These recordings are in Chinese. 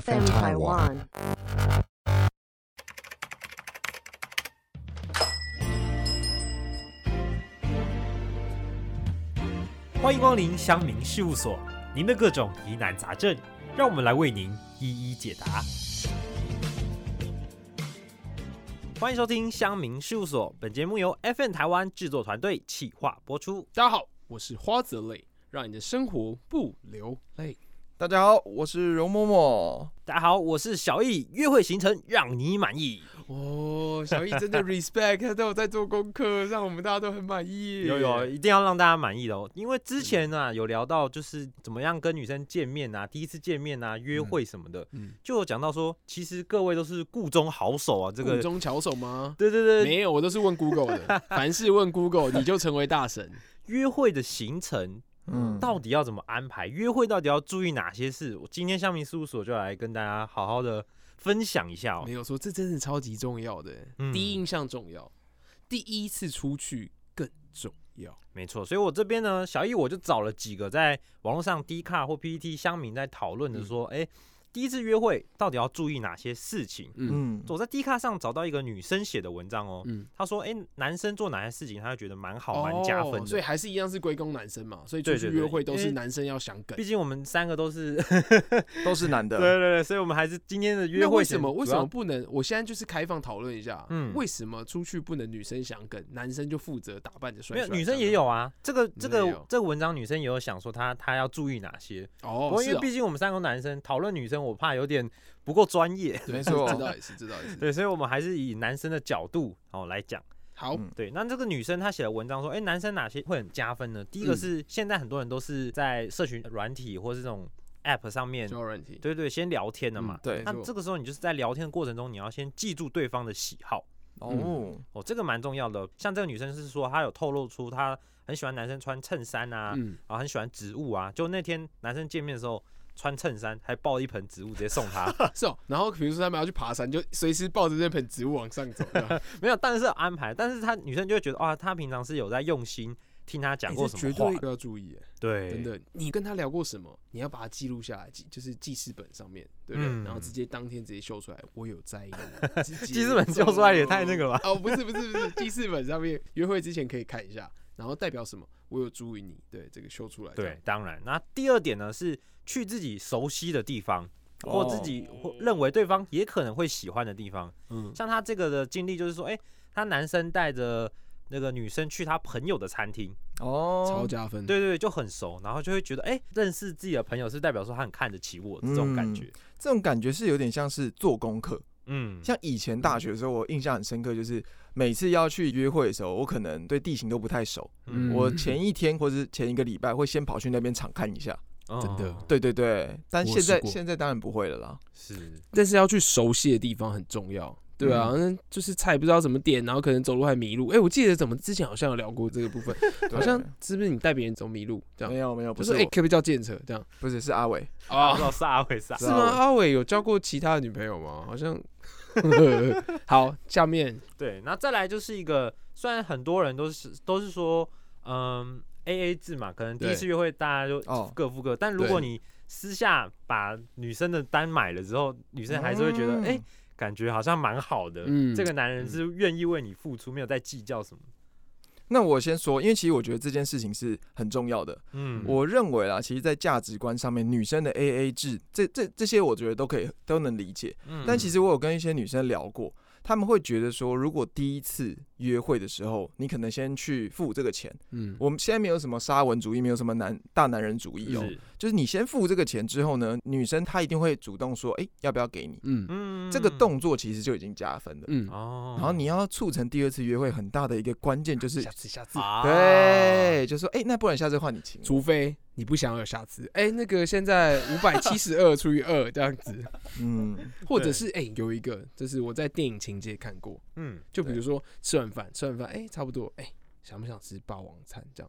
FM Taiwan. 欢迎光临乡民事务所，您的各种疑难杂症，让我们来为您一一解答。欢迎收听乡民事务所，本节目由 FN 台湾制作团队企划播出。大家好，我是花泽类，让你的生活不流泪。大家好，我是容嬷嬷。大家好，我是小易，约会行程让你满意。哦，小易 真的 respect，他都有在做功课，让我们大家都很满意。有有，一定要让大家满意的哦。因为之前嗯呢、啊、有聊到，就是怎么样跟女生见面啊，第一次见面啊，约会什么的，嗯，就有讲到说，其实各位都是故中好手啊。这这个个中巧手吗？对对对，没有，我都是问 Google 的。凡是问 Google，你就成为大神。约会的行程嗯，到底要怎么安排？约会到底要注意哪些事？我今天香民事务所就来跟大家好好的分享一下哦没。有说这真的超级重要的，嗯第一印象重要，第一次出去更重要。没错，所以我这边呢，小易我就找了几个在网络上 D 卡或 PPT 乡民在讨论的嗯说，哎、第一次约会到底要注意哪些事情？嗯嗯，我在 D 卡上找到一个女生写的文章哦，嗯，她说，哎、男生做哪些事情，她会觉得蛮好、蛮加分哦所以的。还是一样是归功男生嘛。所以出对去对对约会都因为是男生要想梗毕。竟我们三个都是，都是男对的。对对，所以我们还是今天的约那会为什选么为主什要么不能？我现在就是开放讨论一下，嗯为什么出去不能女生想梗，男生就负责打扮的帅没有帅？女生也有啊，这个这也个有这个文章女生也有想说她她要注意哪些，不哦，过因是为哦毕竟我们三个男生讨论女生，我怕有点不够专业， 对没错知道 也是知道也是。对，所以我们还是以男生的角度哦来讲。好，嗯对，那这个女生她写的文章说，哎，男生哪些会很加分呢？第一个嗯是现在很多人都是在社群软体或是这种 App 上面，交友软体，对对，先聊天的嘛嗯。对那没错这个时候你就是在聊天的过程中，你要先记住对方的喜好。哦，哦，这个蛮重要的。像这个女生是说，她有透露出她很喜欢男生穿衬衫啊，嗯，然后很喜欢植物啊。就那天男生见面的时候，穿衬衫还抱一盆植物直接送她，是哦。然后比如说他们要去爬山，就随时抱着这盆植物往上 走。这样 没有，当然是有安排。但是她女生就会觉得，哇，她平常是有在用心听他讲哎过这什绝么话对的，都要注意耶，啊对，真的。你跟他聊过什么，你要把它记录下来，记就是记事本上面，对不对嗯？然后直接当天直接秀出来，我有在意 你。记记事本秀出来也太那个了吧？哦，不是不是不是，记事本上面约会之前可以看一下，然后代表什么？我有注意你，对这个秀出来。这样对，，当然。那第二点呢，是去自己熟悉的地方，或自己哦或认为对方也可能会喜欢的地方。嗯，像他这个的经历就是说，哎、他男生带着那个女生去他朋友的餐厅，超哦，加分。，对对对，就很熟，然后就会觉得，哎、认识自己的朋友是代表说他很看得起我的这种嗯感觉。这种感觉是有点像是做功课。嗯，像以前大学的时候，我印象很深刻，就是每次要去约会的时候，我可能对地形都不太熟，嗯我前一天或是前一个礼拜会先跑去那边场看一下。嗯真的哦对对对，但我现在试过现在当然不会了啦。是但是要去熟悉的地方很重要。对啊，嗯那就是菜不知道怎么点，然后可能走路还迷路。哎、我记得怎么之前好像有聊过这个部 分，好对像是不是你带别人走迷路这没样？有没有，不就是是哎，我可不可以叫建车这样？不是是阿伟，啊，啊不知，道撒会撒是是吗？阿伟有交过其他的女朋友吗？好像。好，下面对，那再来就是一个，虽然很多人都是都是说，嗯，A A 制嘛，可能第一对次约会大家就哦各付各，但如果对你私下把女生的单买了之后，女生还是会觉得，嗯哎、感觉好像蛮好的，嗯呃这个男人是愿意为你付出，没有在计较什么。那我先说，因为其实我觉得这件事情是很重要的。嗯，我认为啦，其实，在价值观上面，女生的 A A 制，这这这些，我觉得都可以都能理解。嗯但其实我有跟一些女生聊过，她们会觉得说，如果第一次约会的时候，你可能先去付这个钱。嗯，我们现在没有什么沙文主义，没有什么男大男人主义哦，是就是你先付这个钱之后呢，女生她一定会主动说，哎、要不要给你？嗯嗯这个动作其实就已经加分了。嗯，哦，然后你要促成第二次约会，很大的一个关键就是下次下次，啊，对，就说哎、那不然下次换你请我。除非你不想要有瑕疵，哎、那个现在五百七十二 除以二这样子，嗯，或者是哎、有一个，这是我在电影情节看过，嗯，就比如说吃完饭，吃完饭，哎、差不多，哎、想不想吃霸王餐这样，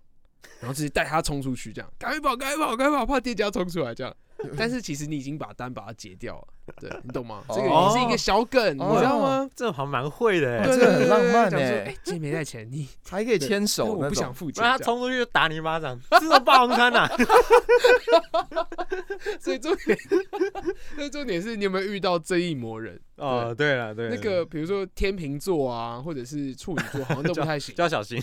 然后直接带他冲出去这样，赶快跑，赶快跑，赶快跑，怕店家冲出来这样，但是其实你已经把单把它结掉了，对你懂吗？哦这个也是一个小梗，哦你知道吗？这好像蛮会的哎、哦对这个对很对浪漫讲说欸哎，今天没带钱， 你还可以牵手我那不想种，付不钱。然他这样冲出去就打你一巴掌，这种霸王餐呐、所以重点，那重点是你有没有遇到这一魔人？ 哦，对了，对了，那个比如说天秤座啊，或者是处女座，好像都不太行， 就要小心。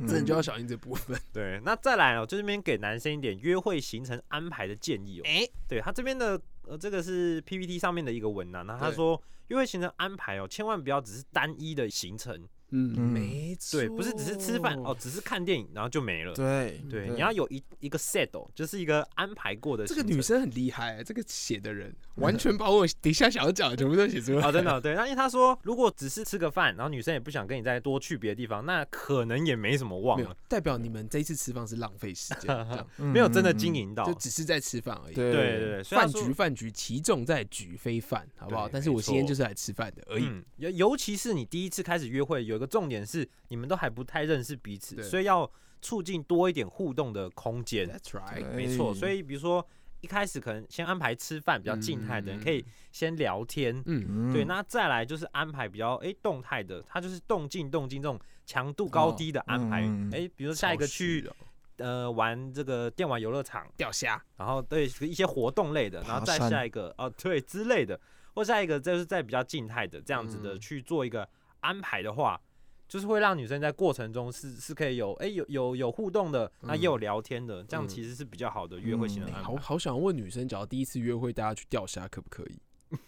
嗯真的就要小心这部分。对，那再来哦，就这边给男生一点约会行程安排的建议哦。哎，对他这边的呃，这个是 PPT 上面的一个文啊案、那他对说约会行程安排哦，千万不要只是单一的行程，嗯，嗯没错，对，不是只是吃饭哦，，只是看电影，然后就没了。对对，你要有一一个 set 哦，就是一个安排过的这行个程。女生很厉害、欸这个写 的人完全把我底下想要讲的全部都写出来。啊、真的对，那因为他说，如果只是吃个饭，然后女生也不想跟你再多去别的地方，那可能也没什么忘没了有，代表你们这一次吃饭是浪费时 间，这样嗯没有真的经，营到。就只是在吃饭而已。对对对对，虽然饭说局饭局，其重在举非饭，好不好？对但是我没错今天就是来吃饭的而已。嗯，尤尤其是你第一次开始约会，有一个重点是你们都还不太认识彼此，对所以要促进多一点互动的空间。 That's right，对没错，所以比如说一开始可能先安排吃饭比较静态的，嗯可以先聊天。嗯，嗯对，那再来就是安排比较诶动态的，它就是动静动静这种强度高低的安排。诶，嗯嗯嗯比如说下一个去超市哦呃玩这个电玩游乐场，钓虾，然后对一些活动类的，爬然后再山下一个哦 对之类的，或下一个就是在比较静态的这样子的嗯去做一个安排的话，就是会让女生在过程中是是可以有哎、有有有互动的，那也有聊天的，这样嗯其实是比较好的约会型的嗯安排。哎好好想问女生，只要第一次约会，大家去钓虾可不可以？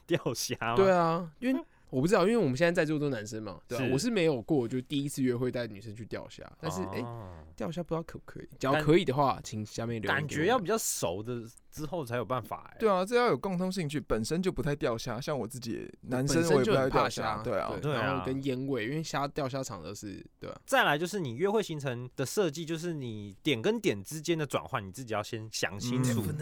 钓虾吗？对啊，因为我不知道，因为我们现在在座都男生嘛，对啊、是我是没有过，就第一次约会带女生去钓虾，但是哎，哦钓、虾不知道可不可以？只要感可以的话，请下面留言感给觉我要们比较熟的之后才有办法哎、对啊，这要有共通兴趣，本身就不太钓虾，像我自己也男生本身我也就不太很怕钓虾，对啊，对然啊后跟烟味，因为虾钓虾场都是对啊，再来就是你约会行程的设计，就是你点跟点之间的转换，你自己要先想清楚。嗯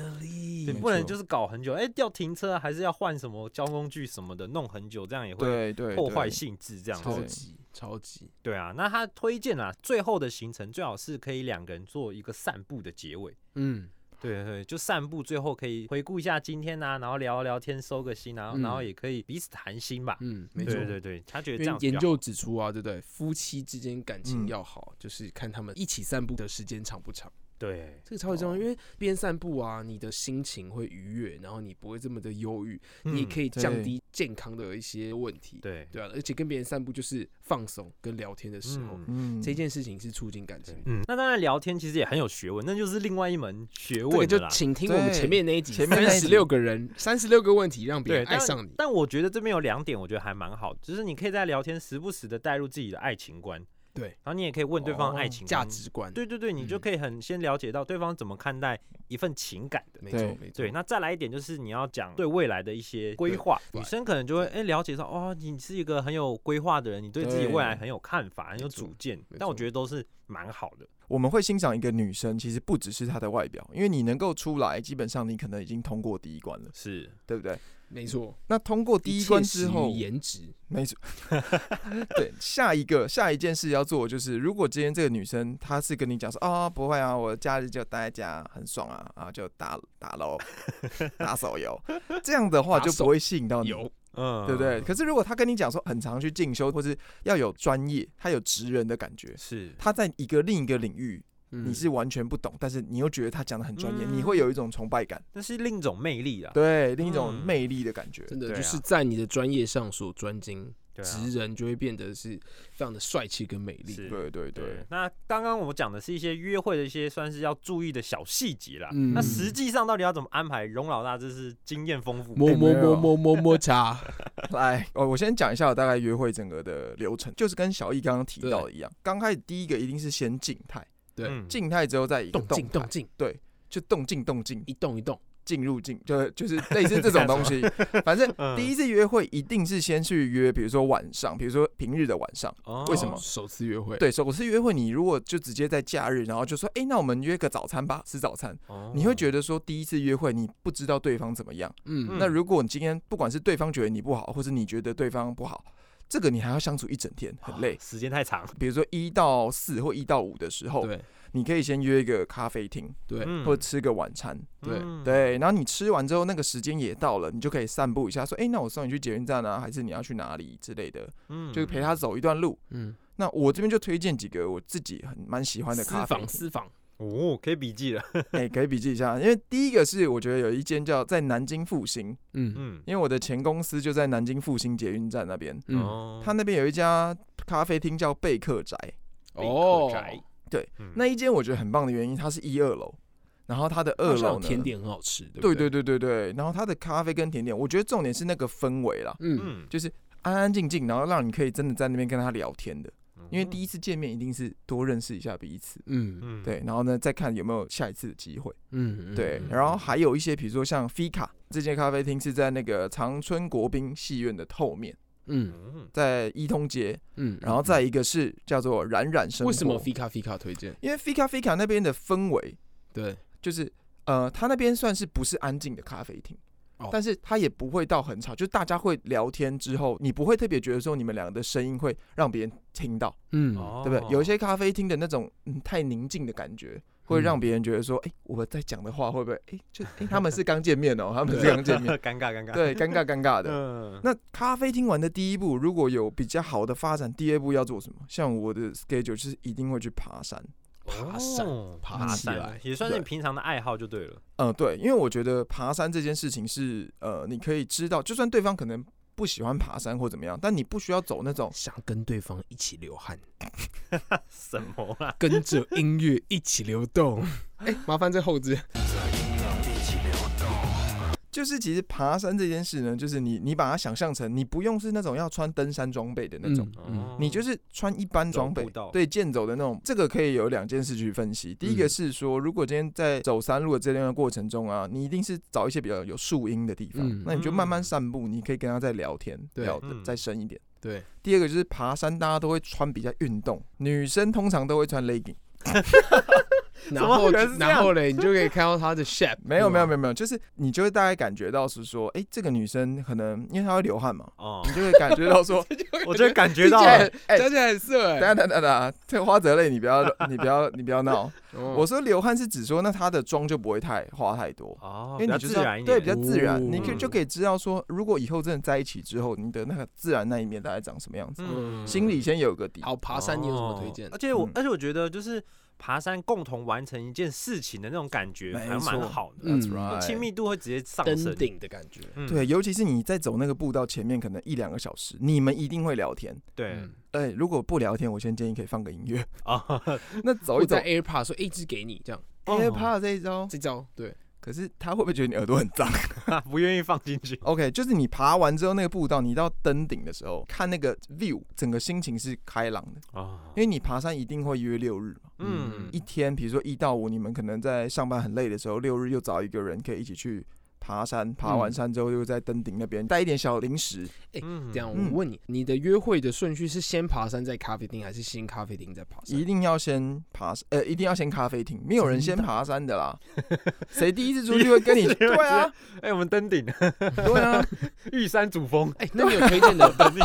对，没不能错就是搞很久，哎、要停车啊还是要换什么交通工具什么的，弄很久，这样也会对对，破对坏性质这样超子。级超级，对啊，那他推荐啊，最后的行程最好是可以两个人做一个散步的结尾。嗯，对对对，就散步，最后可以回顾一下今天啊，然后聊聊天，收个心，然啊后、然后嗯也可以彼此谈心吧。嗯，没错。对对对，他觉得这因为样比较研究指出啊，对不对？夫妻之间感情嗯要好，就是看他们一起散步的时间长不长。对，这个超级重要，哦因为边散步啊，你的心情会愉悦，然后你不会这么的忧郁，你也可以以降嗯对低健康的一些问题，嗯对对啊，而且跟别人散步就是放松跟聊天的时候，嗯嗯这件事情是促进感情。嗯，那当然聊天其实也很有学问，那就是另外一门学这个问的就啦。请听我们前面那一集，前面那一集三十六个人，三十六个问题让别人对爱上你。但嗯我觉得这边有两点，我觉得还蛮好，就是你可以在聊天时不时的带入自己的爱情观，对然后你也可以问对方哦爱情价观，值观，对对对，你就嗯可以很先了解到对方怎么看待一份情感的。没错对没错对，。那再来一点就是你要讲对未来的一些规划，对女生可能就会哎了解到哦，你是一个很有规划的人，你对自己未来很有看法，很有错主见没，但我错觉得都是蛮好的。我们会欣赏一个女生，其实不只是她的外表，因为你能够出来，基本上你可能已经通过第一关了，是，对不对？没错，那通过第一关之一切后始于，颜值，没错， 对，下一个下一件事要做的就是，如果今天这个女生她是跟你讲说啊、不会啊，我假日就待在家很爽啊，啊就打 打喽，打手游，这样的话打就手不会吸引到你，有啊嗯对不对？？可是如果她跟你讲说很常去进修，或是要有专业，她有职人的感觉，是，她在一个另一个领域，嗯你是完全不懂，但是你又觉得她讲的很专业，嗯你会有一种崇拜感，那是另一种魅力啦。啊对，另一种嗯魅力的感觉，真的对啊就是在你的专业上所专精，对啊职人就会变得是非常的帅气跟美丽。是对对对对，。那刚刚我讲的是一些约会的一些算是要注意的小细节啦。嗯那实际上到底要怎么安排？荣老大真是经验丰富。摸摸哎没有啊摸摸摸摸茶， 来，哦，我先讲一下我大概约会整个的流程，就是跟小易刚刚提到的一样，刚开始第一个一定是先静态，对嗯静态之后再一个动动静动态静，就动静动静一动一动，进入静，就就是类似这种 东西。反正嗯第一次约会一定是先去约，比如说晚上，比如说平日的晚上。哦为什么首次约会，对，首次约会你如果就直接在假日，然后就说，哎、那我们约个早餐吧，吃早餐，哦你会觉得说第一次约会你不知道对方怎么样。嗯，那如果你今天不管是对方觉得你不好，或是你觉得对方不好，这个你还要相处一整天，哦很累。时间太长。比如说一到四或一到五的时候，对你可以先约一个咖啡厅，对嗯或者吃个晚餐。对嗯，对，然后你吃完之后，那个时间也到了，你就可以散步一下，说，哎，那我送你去捷运站啊，还是你要去哪里之类的，嗯就是陪他走一段路。嗯，那我这边就推荐几个我自己很蛮喜欢的私咖啡访 厅，私访，哦，可以笔记了。哎，可以笔记一下。因为第一个是我觉得有一间叫在南京复兴，嗯嗯，因为我的前公司就在南京复兴捷运站那边，嗯哦它那边有一家咖啡厅叫贝克宅，哦，对，那那一间我觉得很棒的原因，它是一二楼，然后它的它二好像楼有呢甜，点很好吃，对对不对？对对对，然后它的咖啡跟甜点，我觉得重点是那个氛围啦，嗯，嗯，就是安安静静，然后让你可以真的在那边跟他聊天的，嗯因为第一一，次见面一定是多认识一下彼此，嗯嗯，对，然后呢再看有没有下一次的机会，嗯，对嗯，然后还有一些比如说像 Fika 这间咖啡厅是在那个长春国宾戏院的后面，嗯嗯，在一通街，嗯，然后再一个是叫做冉冉生活，为什么 Fika Fika 推荐？因为 Fika Fika 那边的氛围哦对，就是呃，他那边算是不是安静的咖啡厅哦。但是他也不会到很吵，就大家会聊天之后，你不会特别觉得说你们两个的声音会让别人听到，嗯，哦嗯对不对？有 一些咖啡厅的那种嗯太宁静的感觉，会让别人觉得说，哎、我在讲的话会不会，哎、就哎、他们是刚见面哦，他们是刚 见面，尴尬尴尬，对，尴尬尴尬的。嗯，那咖啡厅完的第一步，如果有比较好的发展，第二步要做什么？像我的 schedule 就是一定会去爬山。爬山哦爬起山来也算是你对平常的爱好就对了。 嗯、对，因为我觉得爬山这件事情是，呃，你可以知道，就算对方可能不喜欢爬山或怎么样，但你不需要走那种，想跟对方一起流汗，什么啊？跟着音乐一起流动。 哎、麻烦在后 置。就是其实爬山这件事呢，就是你你把它想象成，你不用是那种要穿登山装备的那种。嗯，你就是穿一般装走备步道，对健走的那种，这个可以有两件事去分析。第一个嗯是说，如果今天在走山路的这段过程中啊，你一定是找一些比较有树荫的地方，嗯那你就慢慢嗯散步，你可以跟他再聊天，对聊得嗯再深一点。对，第二个就是爬山，大家都会穿比较运动，女生通常都会穿 legging。然怎么后可能是这样然后嘞，你就可以看到他的 shape。没有没有有，没有没有，就是你就会大概感觉到是说，哎、这个女生可能因为她会流汗嘛， 哦，你就会感觉 到说，我就感觉到听起来了，很哎讲起来很色等哎、一下等一下等一下，这花泽类你不要你不要你不要闹。嗯哦我说流汗是指说，那她的妆就不会太花太多。哦，因为比较你就自知道然一点，对比较自然，你可以嗯就可以知道说，如果以后真的在一起之后，你的那个自然那一面大概长什么样子，嗯心里先有个底。好，爬山你有什么推荐哦？而且我嗯，而且我觉得就是爬山共同完成一件事情的那种感觉，没还蛮错好的， ，That's 嗯 right，亲密度会直接上登升。顶的感觉。嗯对，尤其是你在走那个步道前面，可能一两个小时，你们一定会聊天。对嗯，哎，如果不聊天，我先建议可以放个音乐。 啊，那走我一走在 AirPod 说，哎、一支给你，这样哦，AirPod 这一招，这招对，可是他会不会觉得你耳朵很脏 不愿意放进去。 ？OK，就是你爬完之后那个步道，你到登顶的时候，看那个 view，整个心情是开朗的，哦因为你爬山一定会约六日嘛。嗯一天，比如说一到五，你们可能在上班很累的时候，六日又找一个人可以一起去爬山，爬嗯完山之后又在登顶那边带一点小零食。嗯这样嗯我问你，你的约会的顺序是先爬山再咖啡厅，还是先咖啡厅再爬山一？定要先爬，呃，一定要先咖啡厅，没有人先爬山的啦。谁第一次出去会 跟你？第一次对啊，哎，我们登顶，对啊，玉山主峰， 哎、那你有推荐的登顶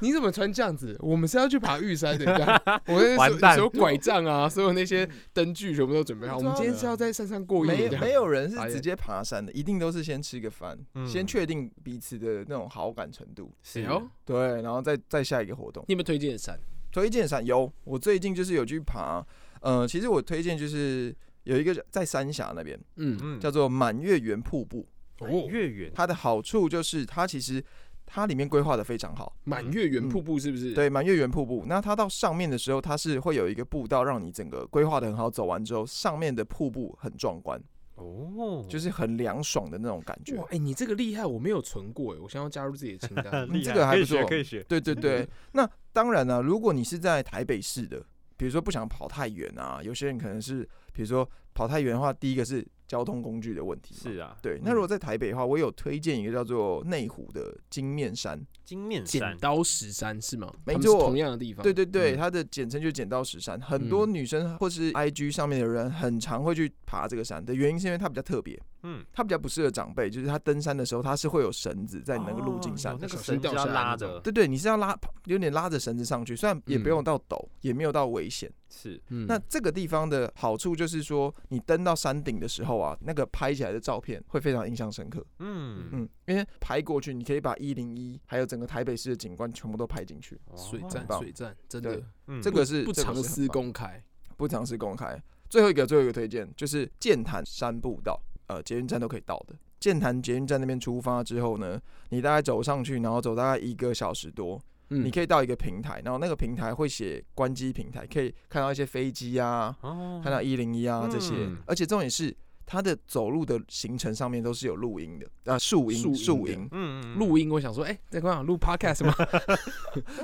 你怎么穿这样子？我们是要去爬玉山的，你 看我那完蛋所有拐杖啊，所有那些灯具全部都准备好。我我知道们今天是要在山上过没夜有的。没有人是哎呀直接爬山的，一定都是先吃个饭，嗯先确定彼此的那种好感程度，是哎呦对，啊然后再再下一个活动。你有没有推荐的山？推荐山有，我最近就是有去爬，呃，其实我推荐就是有一个在三峡那边嗯，嗯，叫做满月园瀑布，哦，月圆，它的好处就是它其实它里面规划的非常好，满月圆瀑布是不是？，对，满月园瀑布。那它到上面的时候，它是会有一个步道让你整个规划的很好，走完之后上面的瀑布很壮观，哦，就是很凉爽的那种感觉哇，。哎、你这个厉害，我没有存过哎，我想要加入自己的清 单。厉害这个还可以不错学，可以学。对对对，那当然了、如果你是在台北市的，比如说不想跑太远啊，有些人可能是，比如说跑太远的话，第一个是交通工具的问题，是，啊，对。那如果在台北的话，我有推荐一个叫做内湖的金面山，金面剪山，刀石山是吗？没他们错是同样的地方。对对对，嗯它的简称就剪刀石山，很多嗯女生或是 IG 上面的人很常会去爬这个山的原因是因为它比较特别，嗯，它比较不适合长辈，就是它登山的时候它是会有绳子在你那个路径哦上有，那个小心绳掉子下要来拉那种的，对对，你是要拉，有点拉着绳子上去，虽然也不用嗯到陡，也没有到危险。是嗯那这个地方的好处就是说，你登到山顶的时候啊，那个拍起来的照片会非常印象深刻。嗯，嗯，因为拍过去，你可以把一零一还有整个台北市的景观全部都拍进去。水哦站很棒水站真的对这个是不这个藏是很私棒公开，不尝试公开。最后一个最后一个推荐就是剑潭山步道，呃，捷运站都可以到的。剑潭捷运站那边出发之后呢，你大概走上去，然后走大概一个小时多，嗯你可以到一个平台，然后那个平台会写关机平台，可以看到一些飞机啊，哦看到一零一啊这些，嗯而且重点是它的走路的行程上面都是有录音的，啊，树树荫荫树的荫嗯嗯录音，我想说，哎，在官网录 podcast 吗？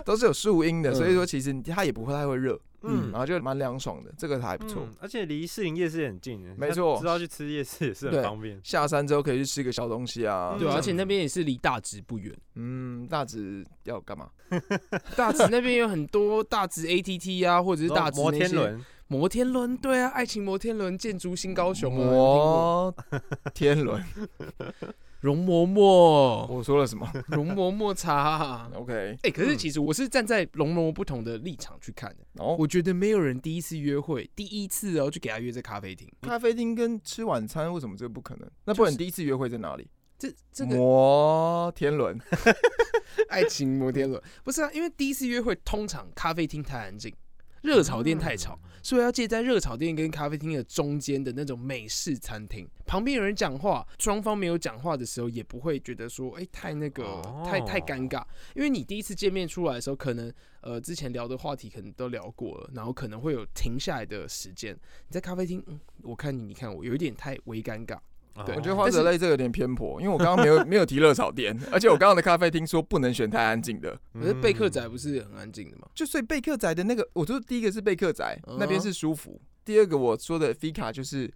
都是有树荫的，所以嗯说其实它也不会太会热，嗯然后就蛮凉爽的，这个还不错。嗯而且离士林夜市也很近的，没他错知道去吃夜市也是很对方便。下山之后可以去吃个小东西啊，对嗯啊，而且那边也是离大直不远，嗯，大直要干嘛？大直那边有很多大直 ATT 啊，或者是然后大直哦摩那天些，轮，摩天轮，对啊，爱情摩天轮，建筑新高雄啊，哦，摩天轮，容嬷嬷，我说了什 么容嬷嬷茶。 ？OK，哎、可是嗯其实我是站在容嬷嬷不同的立场去看的。然后我觉得没有人第一次约会，第一次哦就给他约在咖啡厅，咖啡厅跟吃晚餐为什么这个不可能？那不然就是你第一次约会在哪里？这这个摩天轮，爱情摩天轮不是啊，因为第一次约会通常咖啡厅太安静，热炒店太吵，所以要借在热炒店跟咖啡厅的中间的那种美式餐厅，旁边有人讲话，双方没有讲话的时候也不会觉得说，哎、太那个，哦太太尴尬，因为你第一次见面出来的时候，可能呃之前聊的话题可能都聊过了，然后可能会有停下来的时间，你在咖啡厅，嗯，我看你，你看我，有一点太微尴尬，对我觉哦得花泽类这个有点偏颇，因为我刚刚没 有没有提热炒店，而且我刚刚的咖啡厅说不能选太安静的，嗯可是贝克仔不是很安静的吗？就所以贝克仔的那个，我说第一个是贝克仔嗯那边是舒服，第二个我说的 Fika 就是。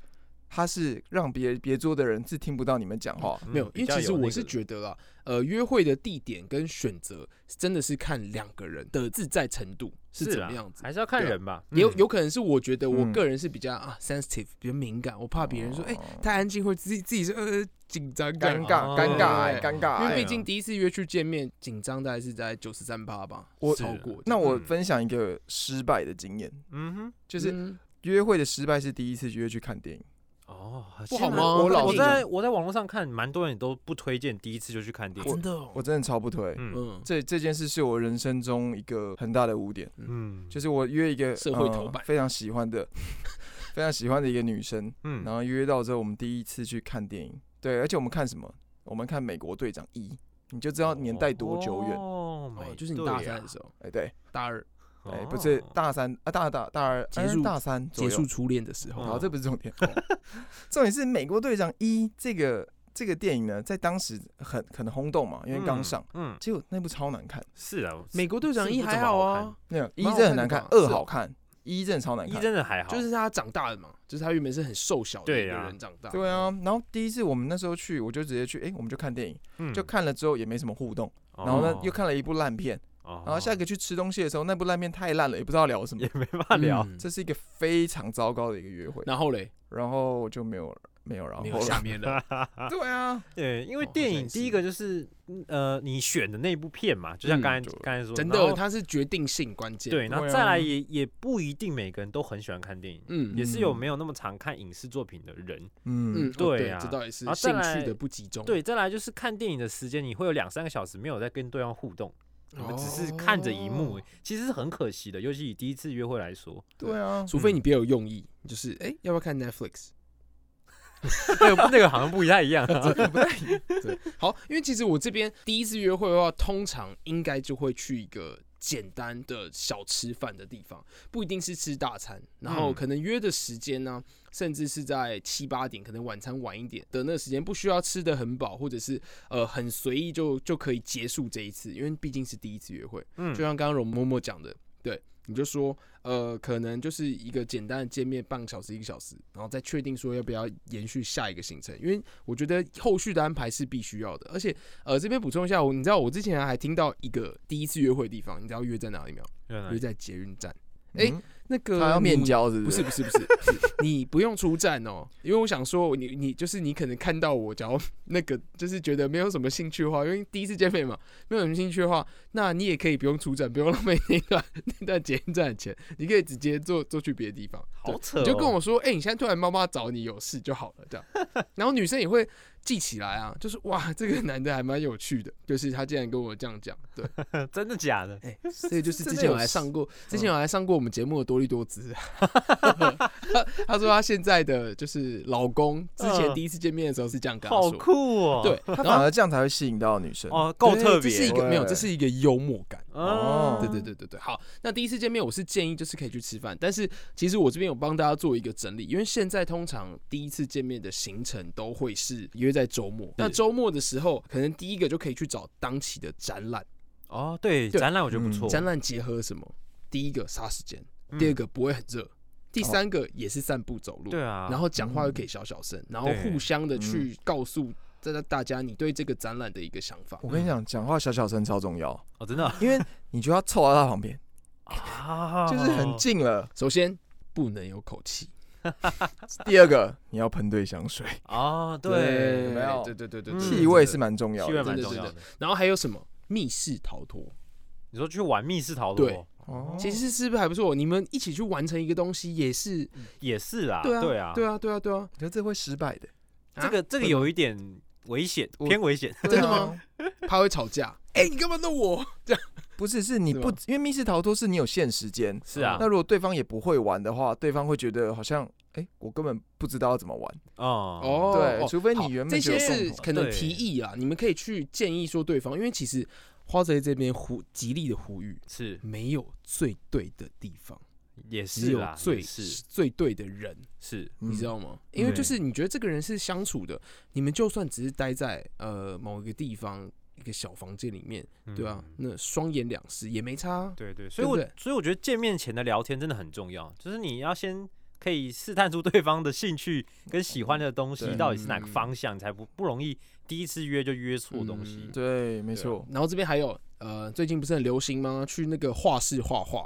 它是让别别桌的人是听不到你们讲话，嗯没有，比因为较其实有我那是个觉得啦，呃，约会的地点跟选择真的是看两个人的自在程度是是怎啦么样子。还是要看对啊人吧，也有嗯有可能是我觉得我嗯个人是比较啊 sensitive，比较敏感，我怕别人说哎、哦太安静或者自己自己是呃紧张感尴。尬哦尴尬哎对尴尬因为哎毕竟第一次约去见面，紧张大概是在九十三趴吧，我超过。那我嗯分享一个失败的经验，嗯哼，就就是约会的失败是第一次约去看电影，哦，不其好实吗我看我电影在我在网络上看，蛮多人都不推荐第一次就去看电真影。的哦，我真的超不推。嗯嗯，这这件事是我人生中一个很大的污点，嗯，就是是我约一个社会头版呃非常喜欢的、非常喜欢的一个女生，嗯然后约到之后，我们第一次去看电影，对，而且我们看什么？我们看《美国队长一》，你就知道年代多久远。哦，哦美就是你队大啊三的时候，哎，对，大二哎，不是哦大三啊，大大大二，结束哎大三左结右束初恋的时候，嗯好，这不是重点，哦 重点是《美国队长一》这个这个电影呢，在当时很很轰动嘛，因为刚上，，嗯，嗯结果那部超难看。是啊，美国队长是一不还怎么好好啊看，没有，一蛮好阵看很的难看吧，二是哦好看，一阵超难一看。真的还好，就是他长大了嘛，就是他原本是很瘦小的对一个啊人长大。对啊，然后第一次我们那时候去，我就直接去，哎，我们就看电影，嗯就看了之后也没什么互动，哦然后呢又看了一部烂片，哦然后下一个去吃东西的时候，那部烂片太烂了，也不知道聊什么 也，没办法聊，嗯这是一个非常糟糕的一个 约会，然后嘞，然后就没有没有然没有后下了，面了。对啊，对，因为哦好电像影也第一是个就是嗯呃你选的那部片嘛，就像嗯刚才就刚才说真然的，后它是决定性关键。对，然后对再啊来也也不一定每个人都很喜欢看电影，嗯，也嗯是有嗯没有那么常看影视作品的人。嗯，嗯哦，对对，啊这倒也是然后再兴来趣的不集中。对，再来就是看电影的时间，你会有两三个小时没有在跟对方互动，你们只是看着荧幕哦，其实是很可惜的。尤其以第一次约会来 说，对啊，嗯除非你别有用意，就是哎，要不要看 Netflix？那个那个好像不太一 样啊。好，因为其实我这边第一次约会的话，通常应该就会去一个简单的小吃饭的地方，不一定是吃大餐，然后嗯可能约的时间呢，甚至是在七八点，可能晚餐晚一点的那个时间，不需要吃的很饱，或者是呃很随意就就可以结束这一次，因为毕竟是第一次约会。嗯 就像刚刚容嬷嬷讲的，对，你就说，呃，可能就是一个简单的见面，半个小时、一个小时，然后再确定说要不要延续下一个行程，因为我觉得后续的安排是必须要的。而且，呃，这边补充一下，我你知道我之前还听到一个第一次约会的地方，你知道约在哪里没有？原来约在捷运站。哎哎，那个他要面你交是不是是？不是不是，你 不用出战哦，因为我想说你，你就是你可能看到我，假如那个就是觉得没有什么兴趣的话，因为第一次见面嘛，没有什么兴趣的话，那你也可以不用出战，不用浪费那段那段捷运站的钱，你可以直接坐坐去别的地方。对好扯、哦，你就跟我说，哎、你现在突然妈妈找你有事就好了，这样。然后女生也会记起来啊，就是哇，这个男的还蛮有趣的，就是他竟然跟我这样讲，对，真的假的？哎、这个就是真之的前有有来上过，之前嗯有来上过我们节目的多利多姿，啊 他他说他现在的就是老公，之前嗯第一次见面的时候是这样跟他好说，酷哦！对，，他然反后而这样才会吸引到女生。哦，够对特这是一别。个没有，对这是一个幽默感。哦，对对对对对，好，那第一次见面我是建议就是可以去吃饭，但是其实我这边有帮大家做一个整理，因为现在通常第一次见面的行程都会是约在周末，那周末的时候可能第一个就可以去找当期的展览，哦，对，对展览我觉得不嗯错。展览结合什么？第一个杀时间，嗯第二个不会很热，第三个也是散步走路，对啊，然后讲话又可以小小声，然后对互相的去告诉大家大家你对这个展览的一个想法。我跟你讲，讲话小小声超重要，哦， 真的因为你就要凑到他旁边，啊，就是很近了。首先不能有口气，第二个，你要喷对香水，哦，有对，没有哎对对对对嗯对，气味对是蛮重要气味的。蛮真的重真要的的。然后还有什么密室逃脱？你说去玩密室逃脱，对哦其实是不是还不错？你们一起去完成一个东西也是，也是啦，对啊，对啊，对啊，对啊啊，对啊，我觉得这会失败的，这个这个有一点危险，我偏危险。 真的对啊？他会吵架。哎，你干嘛弄我？不是，是你是不吗，因为密室逃脱是你有限时间。是啊那如果对方也不会玩的话，对方会觉得好像，哎，我根本不知道要怎么玩。哦，哦，对，哦除非好你原这本就些有共是同可能对提议啊，你们可以去建议说对方，因为其实花泽类这边呼极力的呼吁，是没有最对的地方，也只是有啦，最也是最对的人。是你知嗯道吗？因为就对是你觉得这个人是相处的，你们就算只是待在呃某一个地方一个小房间里面，对吧、啊？嗯那双眼两视也没差啊、对对，所以对不我对所以我觉得见面前的聊天真的很重要，就是你要先可以试探出对方的兴趣跟喜欢的东西对到底是哪个嗯方向，你才不不容易第一次约就约错东西嗯。对，没错。然后这边还有呃，最近不是很流行吗？去那个画室画画，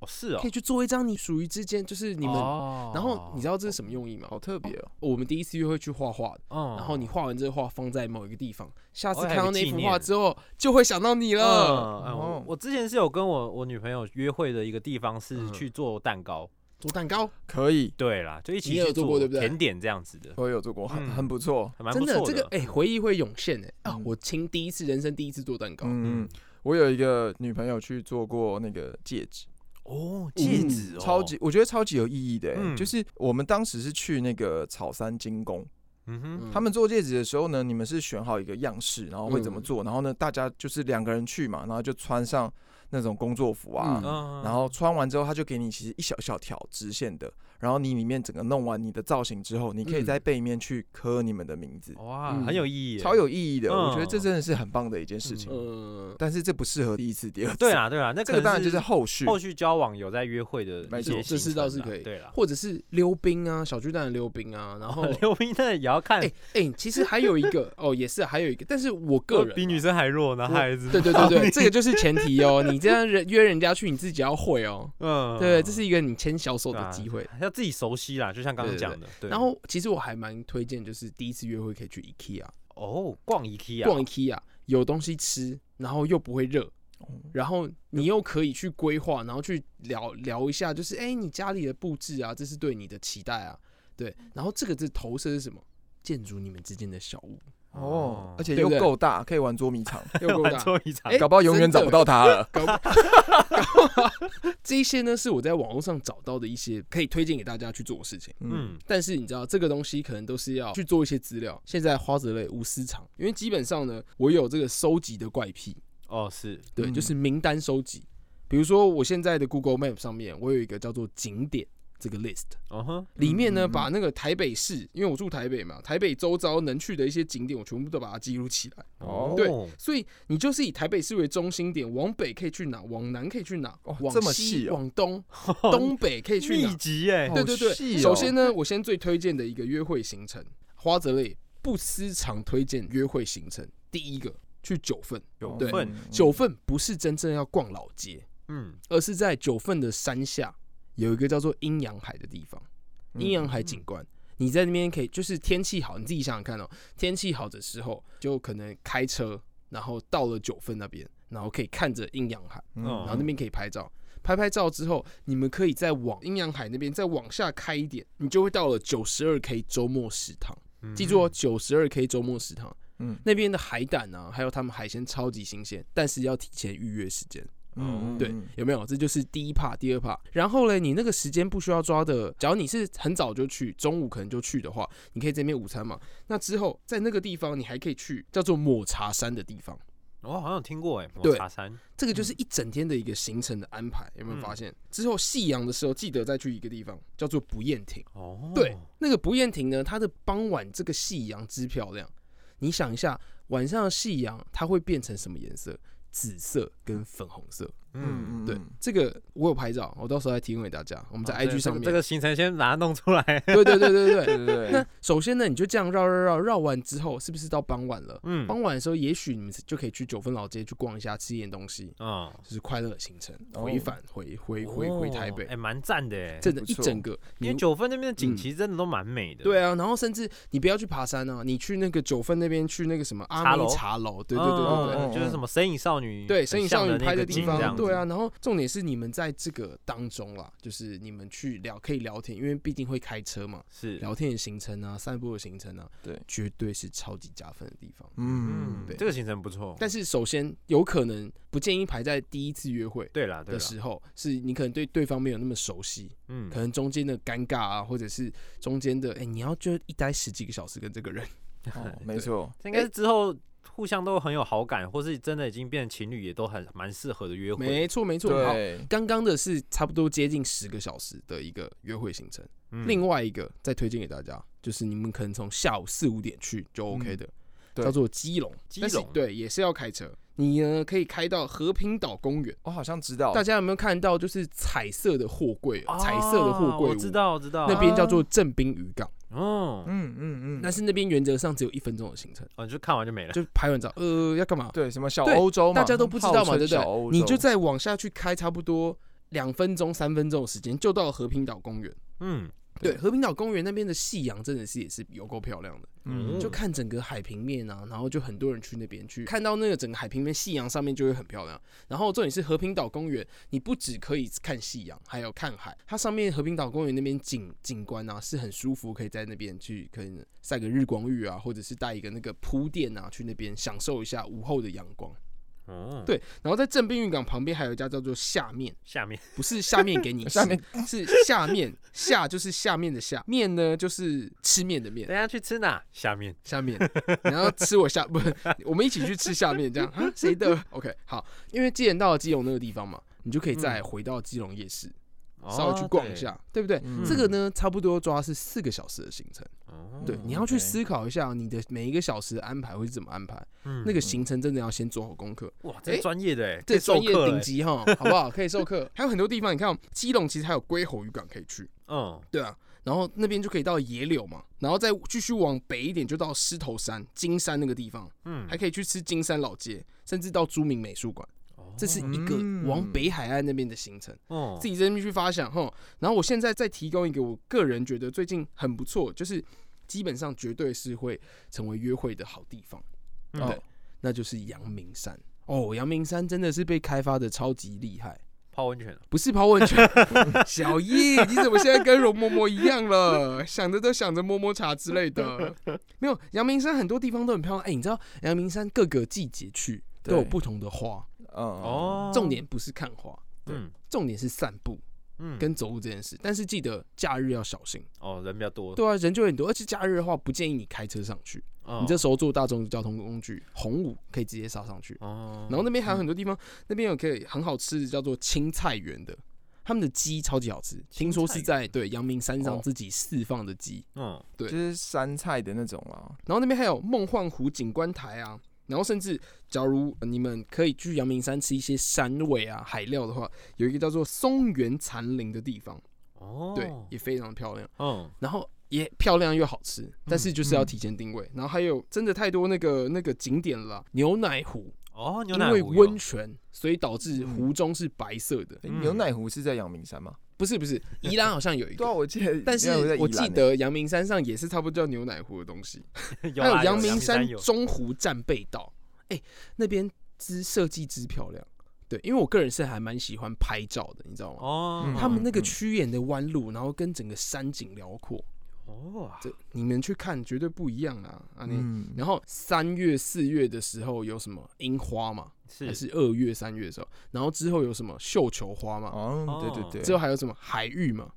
哦，是哦可以，去做一张你属于之间就是你们。哦然后你知道这是什么用意吗？好特别哦，我们第一次约会去画画的，嗯然后你画完这个画放在某一个地方，下次哦还看有到个那纪幅念画之后就会想到你了。嗯嗯，哦我我之前是有跟我我女朋友约会的一个地方是嗯去做蛋糕，做蛋糕，可以，对啦，就一起你也有去做过对不对甜点这样子的，我有做过，很嗯很不错。还蛮真不的错这个哎、回忆会涌现哎、啊！嗯我亲第一次人生第一次做蛋糕，嗯，我有一个女朋友去做过那个戒指，哦，戒嗯指哦，超级，我觉得超级有意义的欸、嗯就是我们当时是去那个草山精工，嗯哼，嗯他们做戒指的时候呢，你们是选好一个样式，然后会怎么做，然后呢，大家就是两个人去嘛，然后就穿上那种工作服啊。嗯嗯，然后穿完之后，他就给你其实一小小条直线的，然后你里面整个弄完你的造型之后，你可以嗯在背面去刻你们的名字，哇，嗯很有意义耶，超有意义的。哦嗯我觉得这真的是很棒的一件事情，呃，但是这不适合第一次、第二次。对，啊啦对啦，那可这个能当然就是后续后续交往有在约会的没一些行程啦，啊错这是倒是可以对 啦。或者是溜冰啊，小巨蛋的溜冰啊， 然后溜冰那也要看哎，哎、其实还有一个哦，也是还有一个，但是我个呃人啊比女生还弱，男我孩子，对对对对，这个就是前提哦，你这样人约人家去，你自己要会哦，嗯，对，这是一个你牵小手对的啊机会。要自己熟悉啦，就像刚刚对对讲的，对。然后其实我还蛮推荐，就是第一次约会可以去 IKEA 哦，逛 IKEA，逛 IKEA，有东西吃，然后又不会热，哦然后你又可以去规划，然后去聊聊一下，就是哎、你家里的布置啊，这是对你的期待啊，对。然后这个这投射是什么？建筑你们之间的小 屋，哦，而且对又不对够大，可以玩捉迷藏， 又够玩大。捉迷藏哎，搞不好永真远的欸找不到他了。搞不 搞不好 这一些呢是我在网络上找到的一些可以推荐给大家去做的事情。嗯，嗯，但是你知道这个东西可能都是要去做一些资料。现在花泽类无私藏，因为基本上呢，我有这个收集的怪癖，哦是，对，嗯就是名单收集。比如说我现在的 Google Map 上面，我有一个叫做景点这个 list，嗯哼，里面呢嗯把那个台北市，因为我住台北嘛，台北周遭能去的一些景点，我全部都把它记录起来。哦对所以你就是以台北市为中心点，往北可以去哪，往南可以去哪，哦往这么西、细哦往 东、东东北可以去哪密，集哎好，对对对，细哦首先呢，我先最推荐的一个约会行程，花泽类不私藏推荐约会行程。第一个去九份，九对嗯份，九份不是真正要逛老街，嗯，而是在九份的山下有一个叫做阴阳海的地方，嗯阴阳海景观。你在那边可以，就是天气好，你自己想想看哦。天气好的时候，就可能开车，然后到了九份那边，然后可以看着阴阳海，嗯哦然后那边可以拍照。拍拍照之后，你们可以再往阴阳海那边再往下开一点，你就会到了九十二 K 周末食堂。嗯记住哦，九十二 K 周末食堂嗯那边的海胆啊，还有他们海鲜超级新鲜，但是要提前预约时间。嗯，对，有没有？这就是第一趴，第二趴。然后嘞，你那个时间不需要抓的，假如你是很早就去，中午可能就去的话，你可以这边午餐嘛。那之后在那个地方，你还可以去叫做抹茶山的地方。我好像有听过哎，抹对茶山，这个就是一整天的一个行程的安排，有没有嗯发现？之后夕阳的时候，记得再去一个地方，叫做不夜亭。哦，对，那个不夜亭呢，它的傍晚这个夕阳之漂亮，你想一下，晚上的夕阳它会变成什么颜色？紫色跟粉红色。嗯，对，这个我有拍照，我到时候再提供给大家。嗯我们在好 IG 上哦这面，个这个行程先把它弄出来，对对对对对。对对那对，首先呢，你就这样绕绕绕绕完之后，是不是到傍晚了？嗯，傍晚的时候，也许你们就可以去九份老街去逛一下，吃一点东西，嗯，就是快乐的行程，哦回返回回回回台北哎，，蛮赞的哎，真的，不一错整个因你为九份那边的景嗯其实真的都蛮美的，对啊，然后甚至你不要去爬山啊，你去那个九份那边去那个什么阿茶妹楼茶楼，对对对对对哦嗯嗯嗯哦就是什么《神隐少女》对，很神隐像少女那拍个的地景这样方，子对啊。，然后重点是你们在这个当中啦，就是你们去聊可以聊天，因为毕竟会开车嘛，是，聊天的行程啊，散步的行程啊，对绝对是超级加分的地方。嗯嗯，对这个行程不错。但是首先有可能不建议排在第一次约会对啦，对啊的啦，时候，是你可能对对方没有那么熟悉，嗯可，能中间的尴尬啊，或者是中间的哎、你要就一待十几个小时跟这个人，哦，没错，这应该是之后互相都很有好感，或是真的已经变成情侣，也都很蛮适合的约会。没错没错，好。对，刚刚的是差不多接近十个小时的一个约会行程，嗯另外一个再推荐给大家，就是你们可能从下午四五点去就 OK 的，对叫做基隆，嗯基但是隆对也是要开车。你呢可以开到和平岛公园，我好像知道哦大，家有没有看到就是彩色的货柜，啊彩色的货柜我屋知道，我知道。那边叫做正滨渔港，哦，嗯嗯嗯，但是那边原则上只有一分钟的行 程，哦，你就看完就没了。就拍完照，呃，要干嘛？对什么小欧洲嘛，大家都不知道嘛，对不小欧对？洲你就再往下去开，差不多两分钟、三分钟的时间，就到了和平岛公园。嗯，对，对和平岛公园那边的夕阳真的是也是有够漂亮的，嗯就看整个海平面啊，然后就很多人去那边去看到那个整个海平面夕阳上面就会很漂亮。然后重点是和平岛公园，你不只可以看夕阳，还有看海。它上面和平岛公园那边景景观啊是很舒服，可以在那边去可以晒个日光浴啊，或者是带一个那个铺垫啊去那边享受一下午后的阳光。哦，，对，然后在正滨渔港旁边还有一家叫做下面，下面不是下面给你吃， 下面是下面下就是下面的下面呢，就是吃面的面等。一下去吃哪？下面下面，然后吃我下不，我们一起去吃下面，这样啊？谁的？OK，好，因为既然到了基隆那个地方嘛，你就可以嗯再回到基隆夜市，稍微去逛一。下，对不对？哦嗯这个呢，差不多抓是四个小时的行程。哦对，你要去思考一下你的每一个小时的安排会是怎么安排。那嗯那个行程真的要先做好功课，哇，这专业的哎，嗯这授专业欸课顶哎。级哈，好不好？可以授课。 还有很多地方，你看哦，基隆其实还有龟吼渔港可以去，嗯，对啊，然后那边就可以到野柳嘛，然后再继续往北一点就到狮头山、金山那个地方，嗯还可以去吃金山老街，甚至到朱明美术馆，这是一个嗯往北海岸那边的行程，哦，自己在那边去发想哈。然后我现在再提供一个我个人觉得最近很不错，就是基本上绝对是会成为约会的好地方，嗯对，哦那就是阳明山。哦，阳明山真的是被开发的超级厉害，泡温泉了。不是泡温泉，小叶，你怎么现在跟容嬷嬷一样了？想着都想着摸摸茶之类的，没有。阳明山很多地方都很漂亮，哎、你知道阳明山各个季节去对都有不同的花，嗯哦，哦，重点不是看花，嗯重点是散步嗯，跟走路这件事。但是记得假日要小心，哦人比较多。对啊，人就很多，而且假日的话不建议你开车上去，哦，你这时候坐大众交通工具红五可以直接杀上去。哦，然后那边还有很多地方，那边有可以很好吃的叫做青菜园的，他们的鸡超级好吃，听说是在对阳明山上哦自己释放的鸡。嗯对就是山菜的那种啊，然后那边还有梦幻湖景观台啊，然后甚至假如呃你们可以去阳明山吃一些山味啊海料的话，有一个叫做松原禅林的地方，哦，对，也非常漂亮，嗯然后。也漂亮又好吃，但是就是要提前定位。嗯然后还有真的太多那个那个景点了啊，牛奶湖，哦，牛因奶为湖有温泉，所以导致湖中是白色的。诶嗯牛奶湖是在阳明山吗？不是不是，宜兰好像有一对啊，个，我记得，但是因为在宜我兰记欸，啊得阳明山上也是差不多叫牛奶湖的东西， 有还有啊啦阳明山山有，中湖站背道，哎、那边之设计之漂亮。对，因为我个人是还蛮喜欢拍照的，你知道吗？哦，他们那个嗯嗯曲眼的弯路，然后跟整个山景辽阔，哦，这你们去看绝对不一样啦。啊，你、嗯，然后三月、四月的时候有什么樱花嘛？还是是二月、三月的时候？然后之后有什么绣球花嘛？哦，对哦对对，之后还有什么海芋嘛？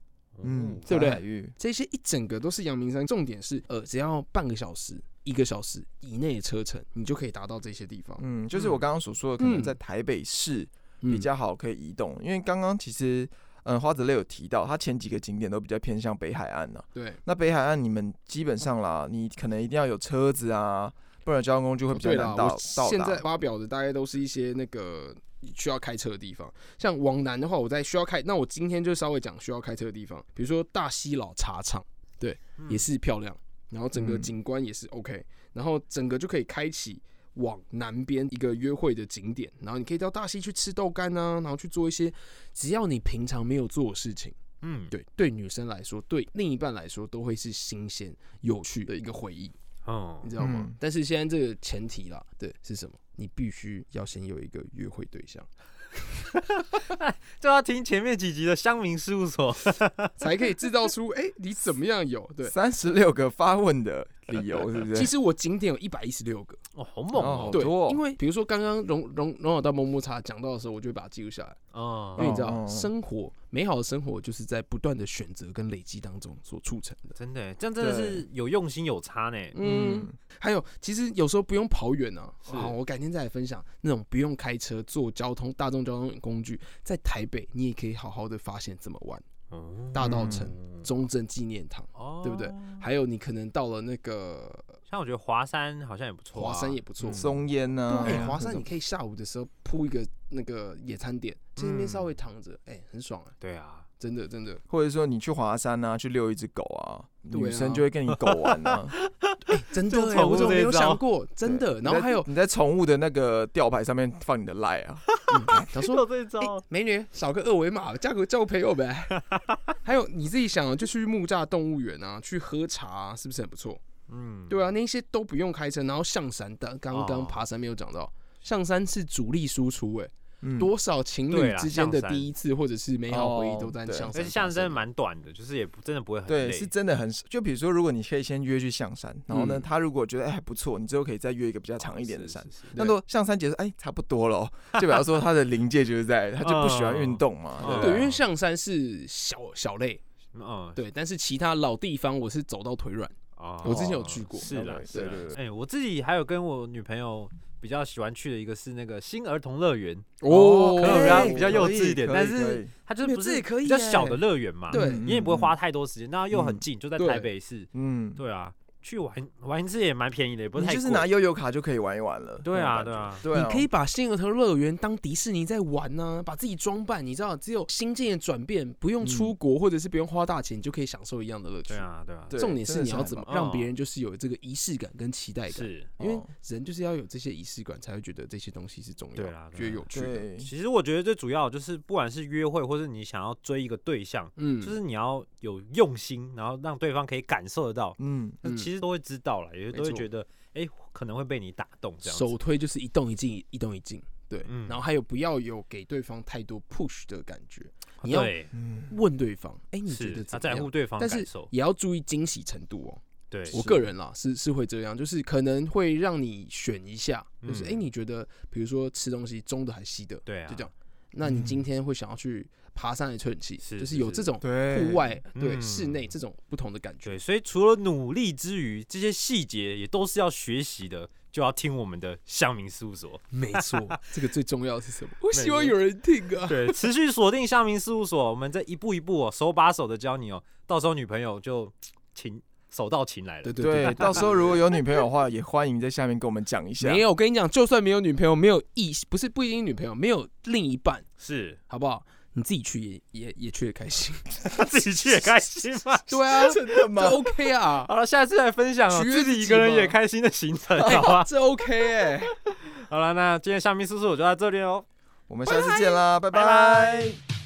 嗯，对不对海域这些一整个都是阳明山。重点是，呃，只要半个小时、一个小时以内的车程，你就可以达到这些地方。嗯，就是我刚刚所说的，可能在台北市嗯比较好可以移动，因为刚刚其实嗯花子类有提到，它前几个景点都比较偏向北海岸呢、对，那北海岸你们基本上啦，你可能一定要有车子啊，不然交通工具会比较哦对啦，难到我到现在达。发表的大概都是一些那个需要开车的地方。像往南的话，我在需要开，那我今天就稍微讲需要开车的地方，比如说大溪老茶厂，对，也是漂亮，然后整个嗯景观也是 OK，、然后整个就可以开启。往南边一个约会的景点，然后你可以到大溪去吃豆干啊，然后去做一些只要你平常没有做的事情，嗯，对，对女生来说，对另一半来说都会是新鲜有趣的一个回忆。哦你，知道吗？嗯但是现在这个前提啦，对，是什么？你必须要先有一个约会对象， 就要听前面几集的乡民事务所，才可以制造出哎、你怎么样有对。三十六个发问的理由是不其是？实我景点有一百一十六个，哦，好猛好哦，对多哦，因为比如说刚刚荣荣荣老大摸摸茶讲到的时候，我就会把它记录下来，因哦，为你知哦道，哦生活美好的生活就是在不断的选择跟累积当中所促成的。真的欸耶，这样真的是有用心有差呢，嗯，还有其实有时候不用跑远啊，是好，我改天再来分享那种不用开车坐交通大众交通工具，在台北你也可以好好的发现怎么玩哦，大道城、嗯中正纪念堂。哦对不对？还有你可能到了那个像我觉得华山好像也不错啊，华山也不错嗯，松烟呐，对，啊华这山种你可以下午的时候铺一个那个野餐点，在嗯那边稍微躺着，哎，很爽啊，对啊，真的 真的，或者说你去华山啊，去遛一只狗啊，对啊女生就会跟你狗玩啊。 哎，真的就哎，宠物我怎么没这有一招想过？真的，对然 后还有你在你在宠物的那个吊牌上面放你的赖啊，想说 有这一招哎，美女扫个二维码，叫个叫个朋友呗。 还有你自己想，啊就去木栅动物园啊，去喝茶啊，是不是很不错？嗯，对啊，那些都不用开车，然后象山，但刚刚哦爬山没有讲到，象山是主力输出哎。嗯多少情对侣啦之间的象山第一次或者是美好回忆都在哦对象山发生的，而且象山蛮短的，就是也不真的不会很对，累是真的很。就比如说，如果你可以先约去象山，然后呢，嗯他如果觉得哎还不错，你之后可以再约一个比较长一点的山。，是是是那如果象山结束，哎，差不多了哦， 就表示说他的临界就是在，他就不喜欢运动嘛，哦对不对，因对？为象山是小小类，嗯，对，但是其他老地方我是走到腿软，哦我之前有去过，是啦对是啦对对，对哎、我自己还有跟我女朋友比较喜欢去的一个是那个新儿童乐园，哦哦可可啊能比较以哦可以比较幼稚一点，可以但可以是它就是没有不这是哦也可以欸比较耶小的乐园嘛，对嗯你也不会花，太多时间，那又很近，就在对台北市，嗯，对啊，去玩玩一次也蛮便宜的，也不是你太就是贵拿悠游卡就可以玩一玩了。对啊那种感觉你对啊，可以把新儿童乐园当迪士尼在玩呢、把自己装扮，你知道，只有心境的转变，不用出国、或者是不用花大钱，你就可以享受一样的乐趣嗯对。啊对啊，对重点是真的你要很怎么棒让哦别人就是有这个仪式感跟期待感，是，棒因为哦人就是要有这些仪式感，才会觉得这些东西是重要，对啊啦对觉得啦有趣的。对，其实我觉得最主要就是不管是约会或是你想要追一个对象，嗯，就是你要有用心，然后让对方可以感受得到，嗯，那嗯其实都会知道了，也没都会错觉得哎、可能会被你打动这样子。首推就是一动一静，一动一静，对，嗯然后还有不要有给对方太多 push 的感觉，你要对，嗯，问对方，哎，你觉是得他怎么在乎样？对方的但是感受。也要注意惊喜程度哦。对，我个人啦，是是会这样，就是可能会让你选一下，就是嗯哎，你觉得比如说吃东西中的还西的，对啊，就这样。那你今天会想要去爬山还是吹冷气？是就是是有是这种对，户外对嗯室内这种不同的感觉。对，所以除了努力之余，这些细节也都是要学习的，就要听我们的乡民事务所。没 错，这个最重要的是什么？我没希望错有人听 啊。对，持续锁定乡民事务所，我们这一步一步哦，手把手的教你哦，到时候女朋友就擒手到擒来了对。对对，到时候如果有女朋友的话，也欢迎在下面跟我们讲一下。没有，我跟你讲，就算没有女朋友，没有异，不是不一定女朋友，没有另一半，是好不好？你自己去也也也去的开心， 他自己去也开心嘛。对啊，真的 这 OK 啊， 好了，下次来分享哦，取悦自自己一己个人嘛也开心的行 程，好吧？ 这 OK 哎、好了，那今天乡民事务所就到这里哦。我们下次见啦，拜拜拜拜